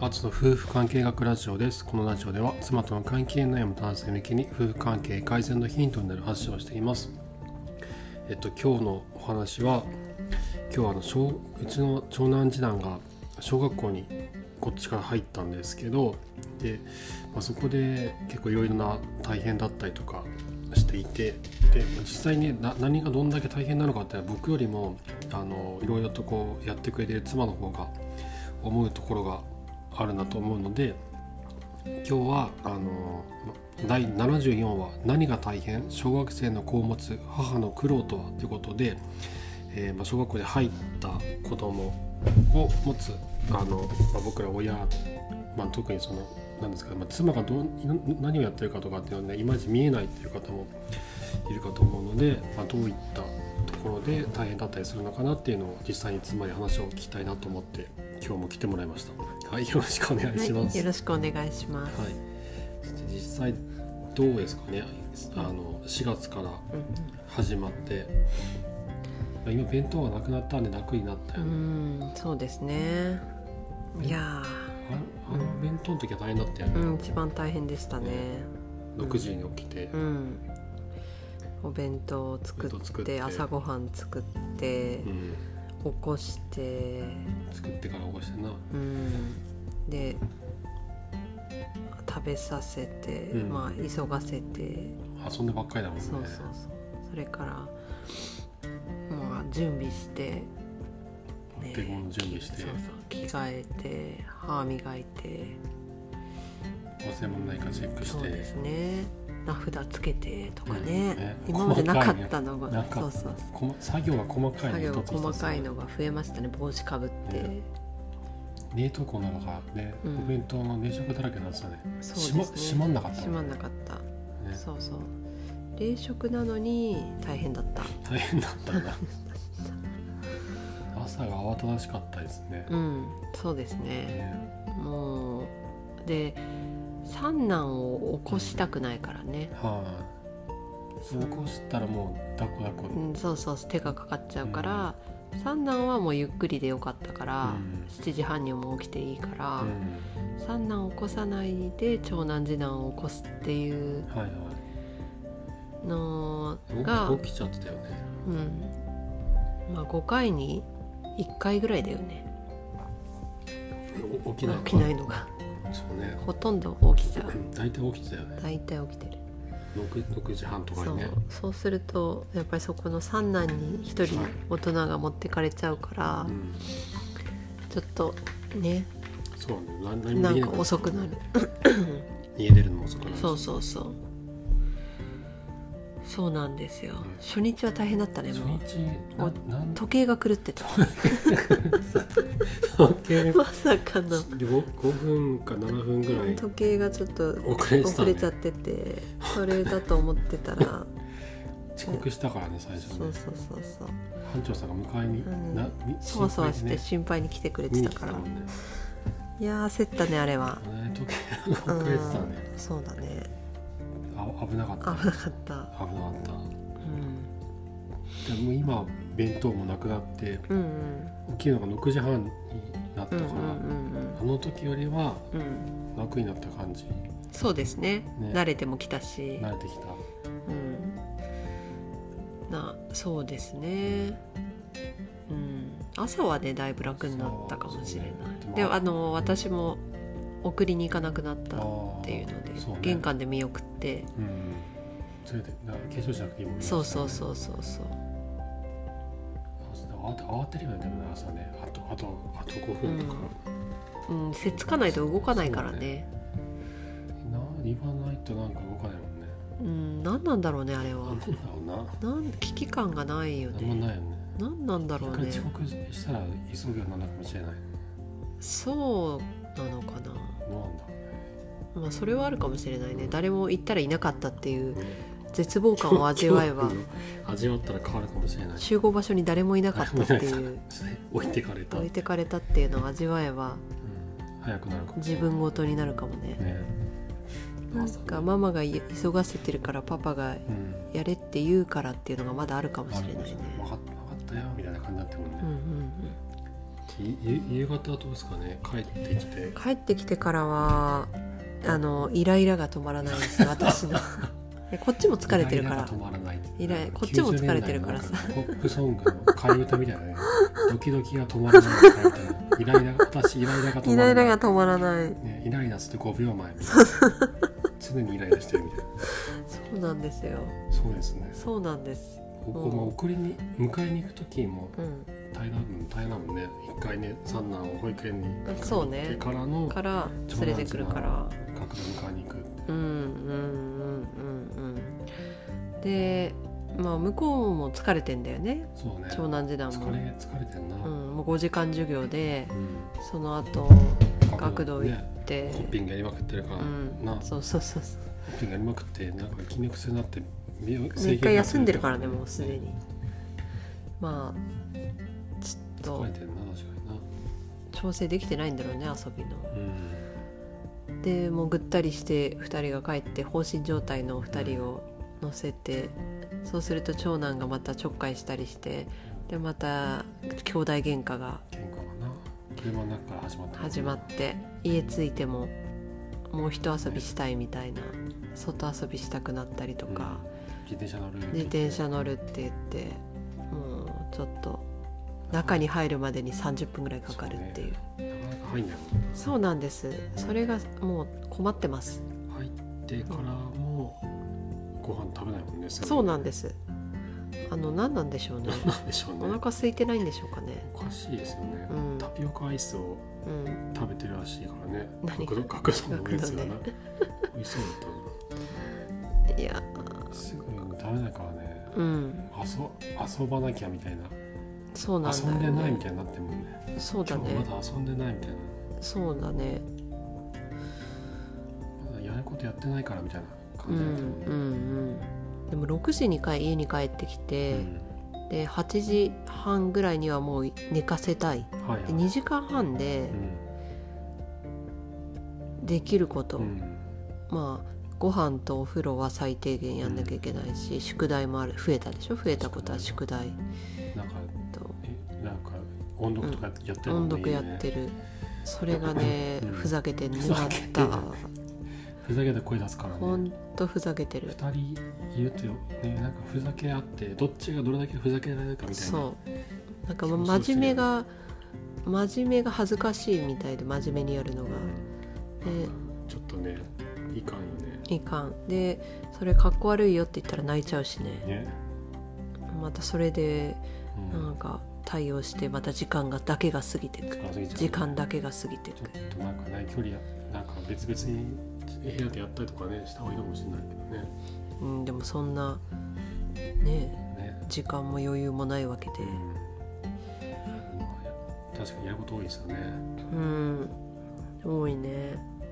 バツの夫婦関係学ラジオですこのラジオでは妻との関係悩む男性向けに夫婦関係改善のヒントになる発信をしていますえっと今日のお話は今日はあの小うちの長男次男が小学校にこっちから入ったんですけどで、まあ、そこで結構いろいろな大変だったりとかしていてで実際にな何がどんだけ大変なのかっていうのは僕よりもあのいろいろとこうやってくれてる妻の方が思うところがあるなと思うので今日はあの第74話「何が大変小学生の子を持つ母の苦労とは?」ということで、えーまあ、小学校で入った子供を持つあの、まあ、僕ら親、まあ、特にそのなんですけど、まあ、妻がどうな何をやってるかとかっていうのはねいまいち見えないっていう方もいるかと思うので、まあ、どういったところで大変だったりするのかなっていうのを実際に妻に話を聞きたいなと思って今日も来てもらいました。はい、よろしくお願いしまはい、すよ。ろしくお願いします。はい、実際どうですかねあの4月から始まって、まあ今弁当がなくなったんで楽になったうよね、ん、うんそうですね。いやああの弁当の時は大変だったよー、ね、うん、一番大変でしたね。ん6時に起きて、うん。お弁当を作お弁当っ作ってて朝ごはん作って、うん起こして、作ってから起こしてなうん、で食べさせて、うんまあ急がせて、遊んでばっかりだもんねそうそうそうそれからまあ準備して、お手本準備してそうそう着替えて歯磨いて忘れ物ないかチェックしそうでてすね名札つけてとかね,、うんね今までなか細っかたのが、なんかそうそうそうこま作業が細かい作業のが一つ一つ細かいのが増えましたね帽子かぶって、ね冷凍庫の中がね、うんお弁当の冷食だらけになってたねそうですね閉ま閉まんなかった閉まんなかった、ねそうそう冷食なのに大変だった大変だったな朝が慌ただしかったですね、うんそうですねねもうで三男を起こしたくないからね、はい、起こしたらもう抱っこ抱っこ、うん、そうそう手がかかっちゃうから、三男はもうゆっくりでよかったから、うん7時半にはもう起きていいからうん、三男を起こさないで長男次男を起こすっていうはいのが、はい起き起きちゃってたよねうんまあ、5回に1回ぐらいだよねお起き起ないのかきないのがそうねほとんど起きちゃう大体起きてたよね大体起きてる。 6, 6時半とかそにうねそうするとやっぱりそこの三男に一人大人が持ってかれちゃうから、ん、ちょっとねそうねな何もなでんきかなくて遅 くなる家出るのも遅くなるそうそうそうそうなんですよ、初日は大変だったね初もう日ななん時計が狂ってた時計まさかの 5, 分か7分ぐらい時計がちょっと遅れてた遅ねれちゃっててそれだと思って たら遅刻したからね最初そねうそうそうそう班長さんが迎えに、うんなみそわそわ心し配てでね心配に来てくれ見てにた来かたら、もんねいやー焦ったねあれはあ。のね時計が遅れてたねうんそうだねあ危なかっ危たなかった危なかったうんでも今弁当もなくなってうん起きるのが6時半になったうんうんうかんら、あの時よりはうんうん楽になった感じそうですねね慣れてもきたし、慣れてきたうんなそうですねうん朝はねだいぶ楽になったかもしれないそうですねであの私も送りに行かなくなったあっーていうのでそうね玄関で見送ってうんそれでな化粧しなくていいもんねそうそううそうそうそう慌て慌てるよねでもね朝ねあとあとあと5分とか、うんせっつかないと動かないからねな言わないとなんか動かないもんねうん何なんだろうねあれあはなんだろうななん危機感がないよなんもねないよね何なんだろ一う回ね遅刻したら急ぐようになるかもしれないそうなのかどうななんだろまあそれはあるかもしれないね誰も行ったらいなかったっていううね絶望感 を味わえば恐怖を味わったら変わるかもしれない集合場所に誰もいなかったって いう置いてかれた、う置んい、てかれたっていうのを味わえば早くなるかもし自れない分ごとになるかもねねなんかママがい急がせてるからパパがうんやれって言うからっていうのがまだあるかもしれないね分かった分かったよみたいな感じだったもんうんね、うん夕夕方はどうですかね帰ってきて帰ってきてからはあのイライラが止まらないです私 のえこっちも疲れてるイかライラがら止まらないイライラなんかこっちも疲れてるからさ90年代のなんポップソングの替え歌みたいなねドキドキが止まらないみたいなイライラ私イライラが止まイラらなイラいが止まらないね、イライラして5秒前みたいな 常にイライラしてるみたいなそうなんですよそうですねそうなんですここも送りに迎えに行く時もうん大変だもん大変だもんね一回ね三男を保育園に行ってそうねからのから連れてくるから学童迎えに行くうんうんうんうんうんでまあ向こうも疲れてんだよねそうね長男次男も疲れ、疲れてんな、ううんん、もう5時間授業でその後学童行ねって、ホッピングやりまくってるから、なうんホッそうそうそうそうピングやりまくってなんか筋肉痛になってみ一回休んでるからね制限もがうつすいでてにまあちょ疲っれてるな確かになと調整できてないんだろうね遊びのうんでもうぐったりして2人が帰って放心状態の2人を乗せてそうすると長男がまたちょっかいしたりしてでまた兄弟喧嘩が喧嘩がな車の中から始まった始まって家着いてももう一遊びしたいみたいな外遊びしたくなったりとか、自転車乗る自転車乗るって言ってもうちょっと中に入るまでに30分ぐらいかかるっていうそう,、なかなか入んないなんですそれがもう困ってます入ってからもご飯食べないもんねそうなんんですあの何なんでしょうねなんでしょうおね腹空いてないんでしょうかねおかしいですよね、うんタピオカアイスをうん食べてるらしいからね何学童学童のおやつがな学美味しそうだったいやなすぐ食べないからねうん遊遊ばなきゃみたいなそうなんだ遊よ、んね、でないみたいになってるもんねそうだ今日ねまだ遊んでないみたいなそうだねまだやることやってないからみたいなう感んじだったもんね、うんうんでも6時に帰家に帰ってきて、で8時半ぐらいにはもう寝かせたいうんはいはでい2時間半でできること、うんうんまあご飯とお風呂は最低限やんなきゃいけないし、宿題もある増えたでしょ増えたことは宿題なんかとえなんか音読とかやってる音もんね、読やいいねってるそれがね、うんふざけてんねふざまけてるたふざけた声出すからほねんとふざけてる二人いるとねなんかふざけ合ってどっちがどれだけふざけられるかみたいなそうなんかそうまそう真面目が真面目が恥ずかしいみたいで真面目にやるのがでちょっとねいかんよいかんでそれかっこ悪いよって言ったら泣いちゃうしねねね、またそれでうなんか対応してまた時間がだけが過ぎて時く間過ぎちゃう時間だけが過ぎてちょくっとなんかね距離やなんか別々に部屋でやったりとかねした方がいいかもしれないけどねうんでもそんなねね、時間も余裕もないわけでうんまあや確かにやること多いですよねうん多いね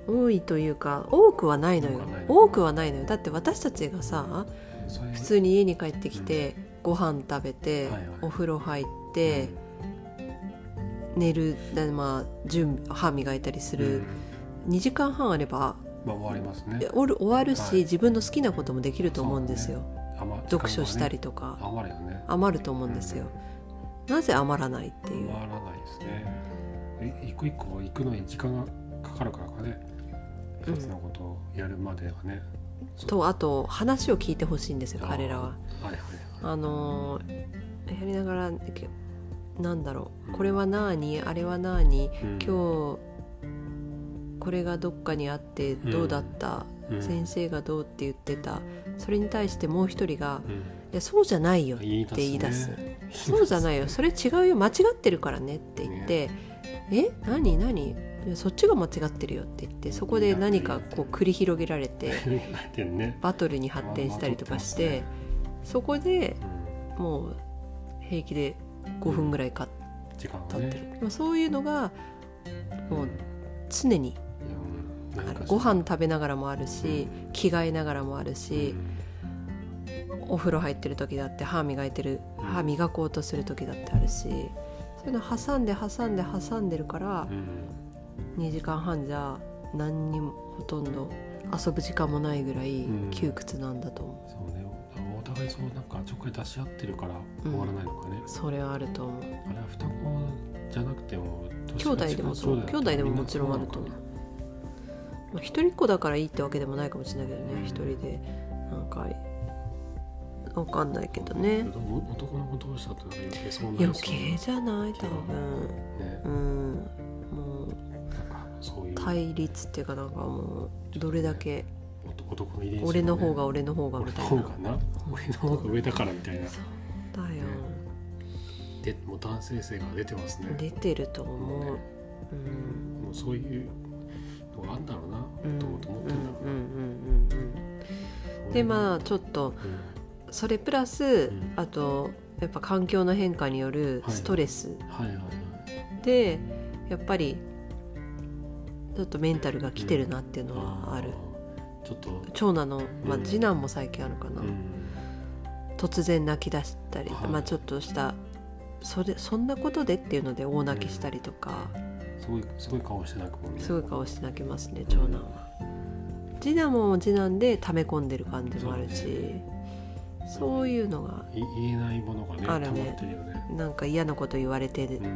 多いというか多くはないのよ多くはないのよだって私たちがさそれ普通に家に帰ってきてご飯食べてはいはいお風呂入って寝るだまあ準備歯磨いたりすうんる2時間半あればまあ終わりますねおる終わるし、はい自分の好きなこともできると思うんですよ、あま読書したり時とか間はね余るよね余ると思うんですよ、なぜ余らないっていう、回らないですねい一個一個行くのに時間がかかるからかねうん一つのことをやるまではね、とあと話を聞いてほしいんですよあー彼らははいはいあのーやりながらけなんだろううんこれは何あれは何うん今日これがどっかにあってどうだった、うん先生がどうって言ってたそれに対してもう一人がうん「いやそうじゃないよ」って言い出すね言い出すそうじゃないよそれ違うよ間違ってるからねって言って「え何何いやそっちが間違ってるよ」って言ってそこで何かこう繰り広げられてなってんね、バトルに発展したりとかしてそこでうんもう平気で5分ぐらいか時間経がってねる、でもそういうのがもう常にいやうんなあんかるご飯食べながらもあるし着替えながらもあるしお風呂入ってる時だって歯磨いてるうん歯磨こうとする時だってあるしそういうの挟んで挟んで挟んでるからうんうん2時間半じゃ何にもほとんど遊ぶ時間もないぐらいうん窮屈なんだと思そうねお互いそうなんかちょっかい出し合ってるから終わらないのかねう、それはあると思うあれは双子じゃなくても兄弟でもそう違う違う兄弟でももちろんあると思う、まあ、一人っ子だからいいってわけでもないかもしれないけどね一人でなんかわかんないけどみんねなそうなのかな男の子同士だとなんか余計そうなり余そう計じゃない多分ねうんもうなんかそういう対立っていうかなんかもうどれだけ男の遺伝子、ね、俺の方が俺の方がみ俺たのい方ながな俺の方が上だからみたいなそうだよ、でもう男性性が出てますね出てると思う、うんもうそういうのがあんだろうなうんと思って思ってんだろううな、んうんうんうんでまあちょっとあ、うんそれプラス、んあとやっぱ環境の変化によるストレスはいはいはいで、やっぱりちょっとメンタルが来てるなっていうのはある、ーちょっと長男の、まあ、うん次男も最近あるかうな、ん突然泣き出したり、はいまあ、ちょっとしたそれそんなことでっていうので大泣きしたりとか、すごいすごい顔して泣くもんねすごい顔して泣きますね長男は次男も次男で溜め込んでる感じもあるそしうそういうのがい言えないものがねあるね溜まってるよねなんか嫌なこと言われてるう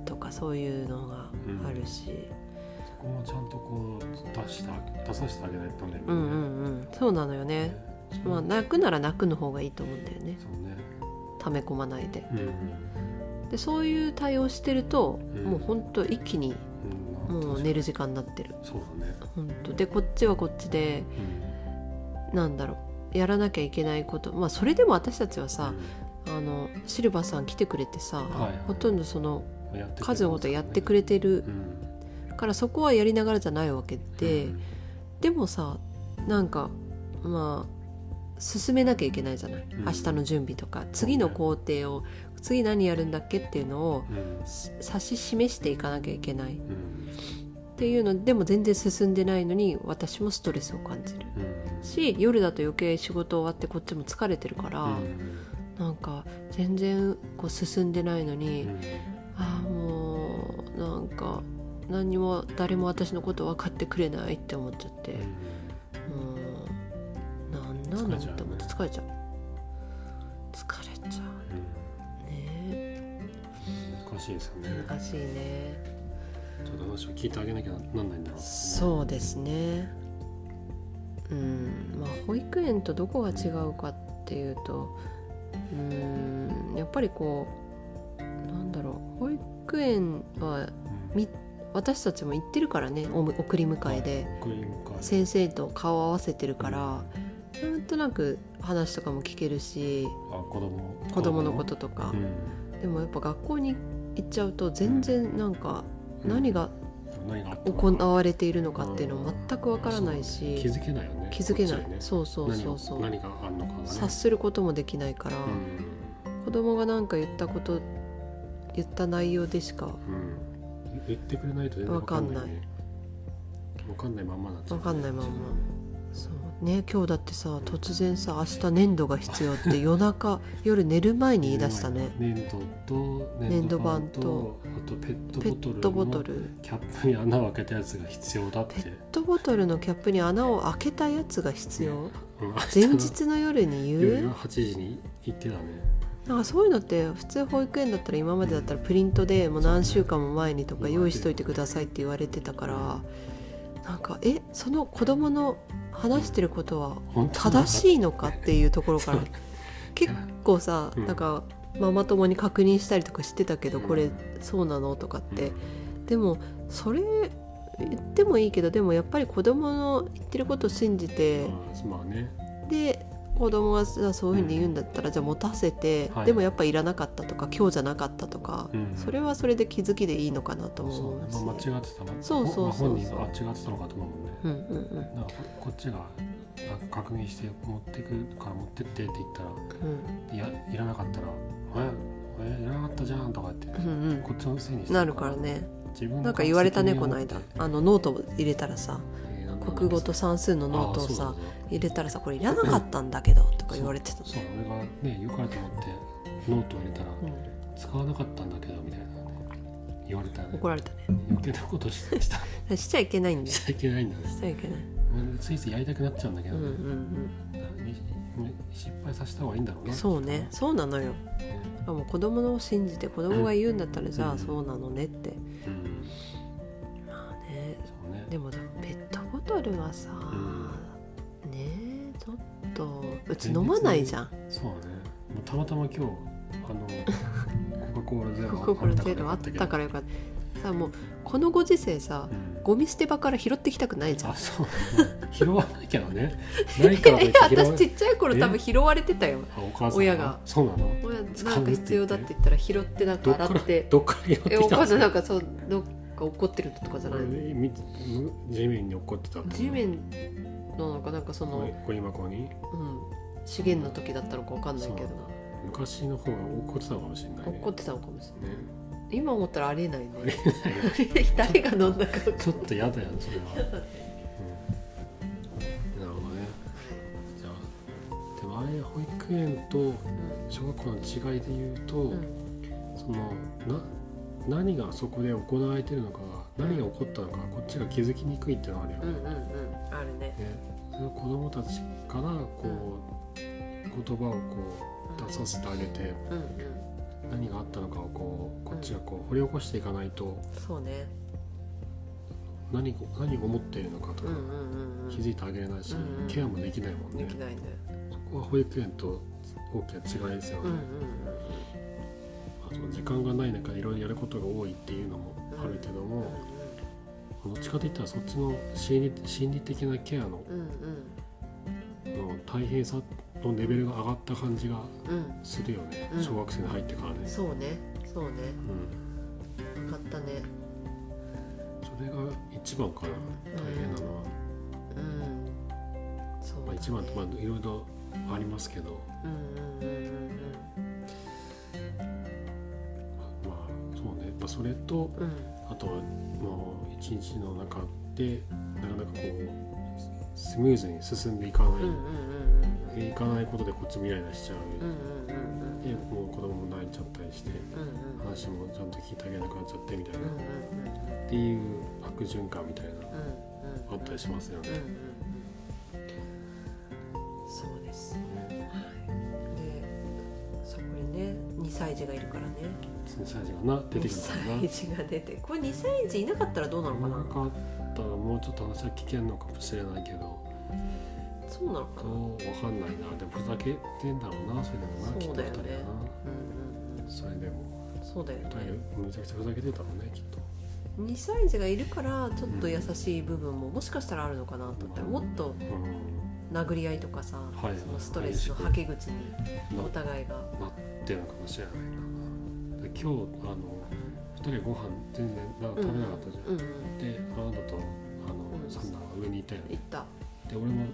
んとかそういうのがあるし、そこもちゃんとこう出した出させてあげないとねうん、うんうんそうなのよねそうまあ泣くなら泣くの方がいいと思うんだよねそうね溜め込まないでうんでそういう対応してると、うんもうほんと一気にうんもう寝る時間になってるそうだねほんとでこっちはこっちでうんなんだろうやらなきゃいけないことまあそれでも私たちはさう、んあのシルバーさん来てくれてさ、はいほとんどそのやってくれます数のことやってくれてるうんからそこはやりながらじゃないわけで、うんでもさなんかまあ進めなきゃいけないじゃない、ん明日の準備とか次の工程を次何やるんだっけっていうのをうんし指し示していかなきゃいけないっうんていうのでも全然進んでないのに私もストレスを感じるうんし夜だと余計仕事終わってこっちも疲れてるから、うんなんか全然こう進んでないのに、うんああもうなんか何にも誰も私のこと分かってくれないって思っちゃってうんなんなの疲れちゃうねって思って疲れちゃう疲れちゃううねん難しいですよね難しいねちょっと話を聞いてあげなきゃなんないんだろうそうですねうんまあ保育園とどこが違うかっていうとうんやっぱりこうなんだろう保育園はうんみ私たちも行ってるからねおむ送り迎えで、送り迎え先生と顔を合わせてるから、なんとなく話とかも聞けるしあ子供子供のこととかう、んでもやっぱ学校に行っちゃうと全然なんかうん何が何があったのか行われているのかっていうの全くわからないし、気づけないよね気づけこな、っちはいねそうそうそうそう、何が何があるのかがね察することもできないから、うん子供が何か言ったこと言った内容でしかうん言ってくれないと全然わかんないねわかんないまんまになっちゃうわかんないまんまそうね今日だってさ突然さ明日粘土が必要って夜中 夜寝る前に言い出したね粘土と粘土板とあとペットペボットボトトルのルキャップに穴を開けたやつが必要だってペットボトルのキャップに穴を開けたやつが必要うん前日の夜に夜言うは8時に行ってたねなんかそういうのって普通保育園だったら今までだったらプリントでもう何週間も前にとか用意しといてくださいって言われてたからなんかえその子供の話してることは本当正しいのかっていうところから結構さ、うんなんかママ友に確認したりとかしてたけど、これそうなのとかって、でもそれ言ってもいいけどでもやっぱり子供の言ってることを信じて、うんまあねで子供がじゃあそういうふうに言うんだったら、じゃあ持たせて、はいでもやっぱいらなかったとか今日じゃなかったとか、うんそれはそれで気づきでいいのかなともそう思いますまあ、ね。間違ってたのそうそうそうまあ本人が間違ってたのかと思うもんねうんうんうんなんかここっちがなんか確認して持ってくから持ってってって言ったらうんいやいらなかったら「ええいらなかったじゃん」とかってうんこっちのせいにしうんてなるからね自分のなんか言われたねこの間責あのノート入れたらさ任を持って国語と算数のノートをあそさうだそうだ入れたらさこれいらなかったんだけどとか言われてたのそう俺がねよかれと思ってノートを入れたらうん使わなかったんだけどみたいなね言われたね怒られたね余計なことししたしちゃいけないんだよしちゃいけないんだねしちゃいけないもうついついやりたくなっちゃうんだけうどんうね、んね失敗させた方がいいんだろううねんそうねそうなのよねあもう子供のを信じて子供が言うんだったらじゃあそうなのねってうんでもだペットボトルはさ、ねえちょっとうち飲まないじゃんそうだねもうたまたま今日 あのコカ・コーラゼロ、コカ・コーラゼロあったかららよかったさあもうこのご時世さうんゴミ捨て場から拾ってきたくないじゃんあそうだね拾わなきゃねないからといって拾わ 私なちいっちゃい頃多分拾われてたよあお母さん親がそうなの親使うなんか必要だって言ったら拾ってなんどかっ洗からってどっから拾ってきえおた母さんなんかそうどっか怒ってるのとかじゃないのみ地面に落っこってた地面のなのかなんかそゴの、ミゴミ箱にうん、資源の時だったのかわかんないけどそ昔の方が落っこってたかもしれないね 怒ってたのかもしれないね今思ったらありえないねありえないよ誰が飲んだか分かんないちょっとやだよそれは、うん、なるほどねじゃあでもあれ保育園と小学校の違いで言うと、うんそのな何がそこで行われてるのか何が起こったのかこっちが気づきにくいってのがあるようねんうんうんあるねねそれを子どもたちからこう言葉をこう出させてあげてうんうん何があったのかをこうこっちがこう掘り起こしていかないとそうね何を何を思っているのかとうかんうんうんうん気づいてあげれないしうんうんケアもできないもんでねき。ないねそこは保育園と大きな違いですようんうんね。あと時間がない中でいろいろやることが多いっていうのもあるけどうんうんもどっちかといったらそっちの心理心理的なケアのうんの大変さのレベルが上がった感じがうんうんするよねうん小学生に入ってからね。そうねそうねうん分かったねそれが一番かな大変なのは、うんそうまあ、だね一番とまあいろいろありますけど、うんうんうんうんまあそうね、まあ、それとうんうんあとはもう一日の中でなかなかこうスムーズに進んでいかなうんい、うんいかないことでこっちもイライラしちゃう、うんうんうんうんでもう子供も泣いちゃったりしてうんうんうん話もちゃんと聞いてあげなくなっちゃってみたいな、うんうんっていう悪循環みたいなうんうんあったりしますようねんう。んうんそうですねでそこにね2歳児がいるからね2歳児がな出てきたからな2歳児が出てこれ2歳児いなかったらどうなのなかなかったらもうちょっと話は聞けんのかもしれないけどそうなのかどなうわかんないなでもふざけてんだろうなそれでもなきっとそう二だよね人はうんうんうなそれでもんそうだよね二人むちゃくちゃふざけてたろうねきっと2歳児がいるからちょっと優しい部分ももしかしたらあるのかなと思ったらもっとうん殴り合いとかさ、はいそのストレスのはけ口におな互いがなってるのかもしれないなで今日あの二人ご飯全然なんか食べなかったじゃん、うんうんであなたとあの、うんサンダーが上にいたよ行ねったで俺も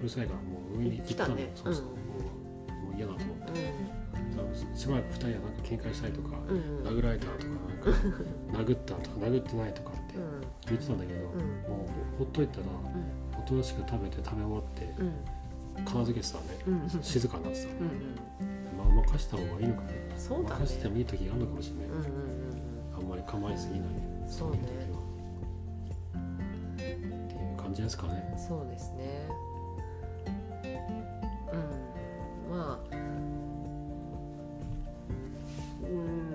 うるさいからもう上に行ったの来たねそうそう、うんもうもう嫌だと思ってうしばらく二人はなんか喧嘩したりとか、んうんうん殴られたとかなんか 殴ったとか殴ってないとかって言ってたんだけど、うんもうほっといたらおとなしく食べて食べ終わってうんうん片付けてたねうんうん静かになってたねう、んまあ任した方がいいのかねうんそうだね任してもいい時があるのかもしれない、うんうんうんあんまり構えすぎないうんそうそうねいう時はっていう感じですかねそうですねうんまあうん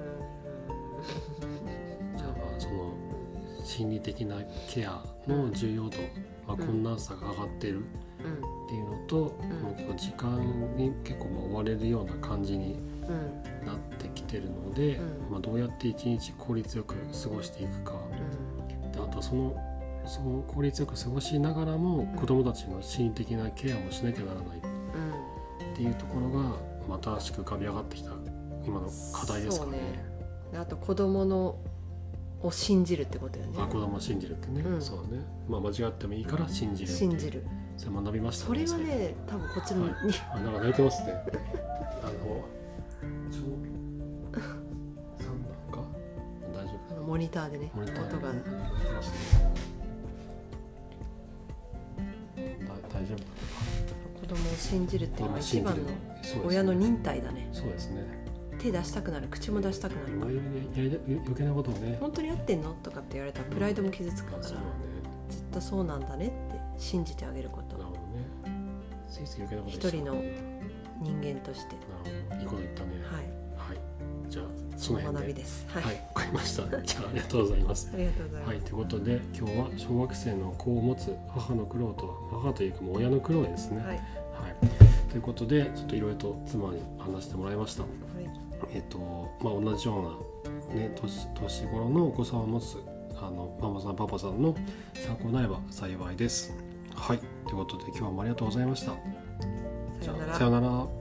じゃあまあその心理的なケアの重要度、まあ、困難さが上がってるうんっていうのと、もう結構時間に結構まあ追われるような感じにうんなってきてるので、うんまあ、どうやって一日効率よく過ごしていくかであとはそのその効率よく過ごしながらも子どもたちの心理的なケアもしなきゃならないっうんていうところがまたしく浮かび上がってきた今の課題ですかねそうねうんあと子供のを信じるってことよねまあ、子供を信じるってね、うんそうね、まあ、間違ってもいいから信じるっていう信じるそれ学びましたそれはね多分こっちのに、はあなんか泣いてますねあのちょ三段か大丈夫あのモニターでねモニター音大が丈夫子供を信じるっていうのが一番の親の忍耐だねそうですね手出したくなる口も出したくなる今よりやり余計なことをね本当に合ってんのとかって言われたらプライドも傷つくからそうずだねっとそうなんだねって信じてあげるこなるとほどねついつい余計なことし一人のなる人間としてほどいいこと言ったねはいはい、じゃあその辺学びで。です。ははい、いわ、かりました。じゃあありがとうございます。ありがとうございます。はい、ということで今日は小学生の子を持つ母の苦労と母というかもう親の苦労ですね。ははいい、ということでちょっといろいろと妻に話してもらいました。えっとまあ、同じような、ね、年年頃のお子さんを持つあのママさんパパさんの参考になれば幸いです。はいということで今日もありがとうございました。さようなじらゃあさようなら。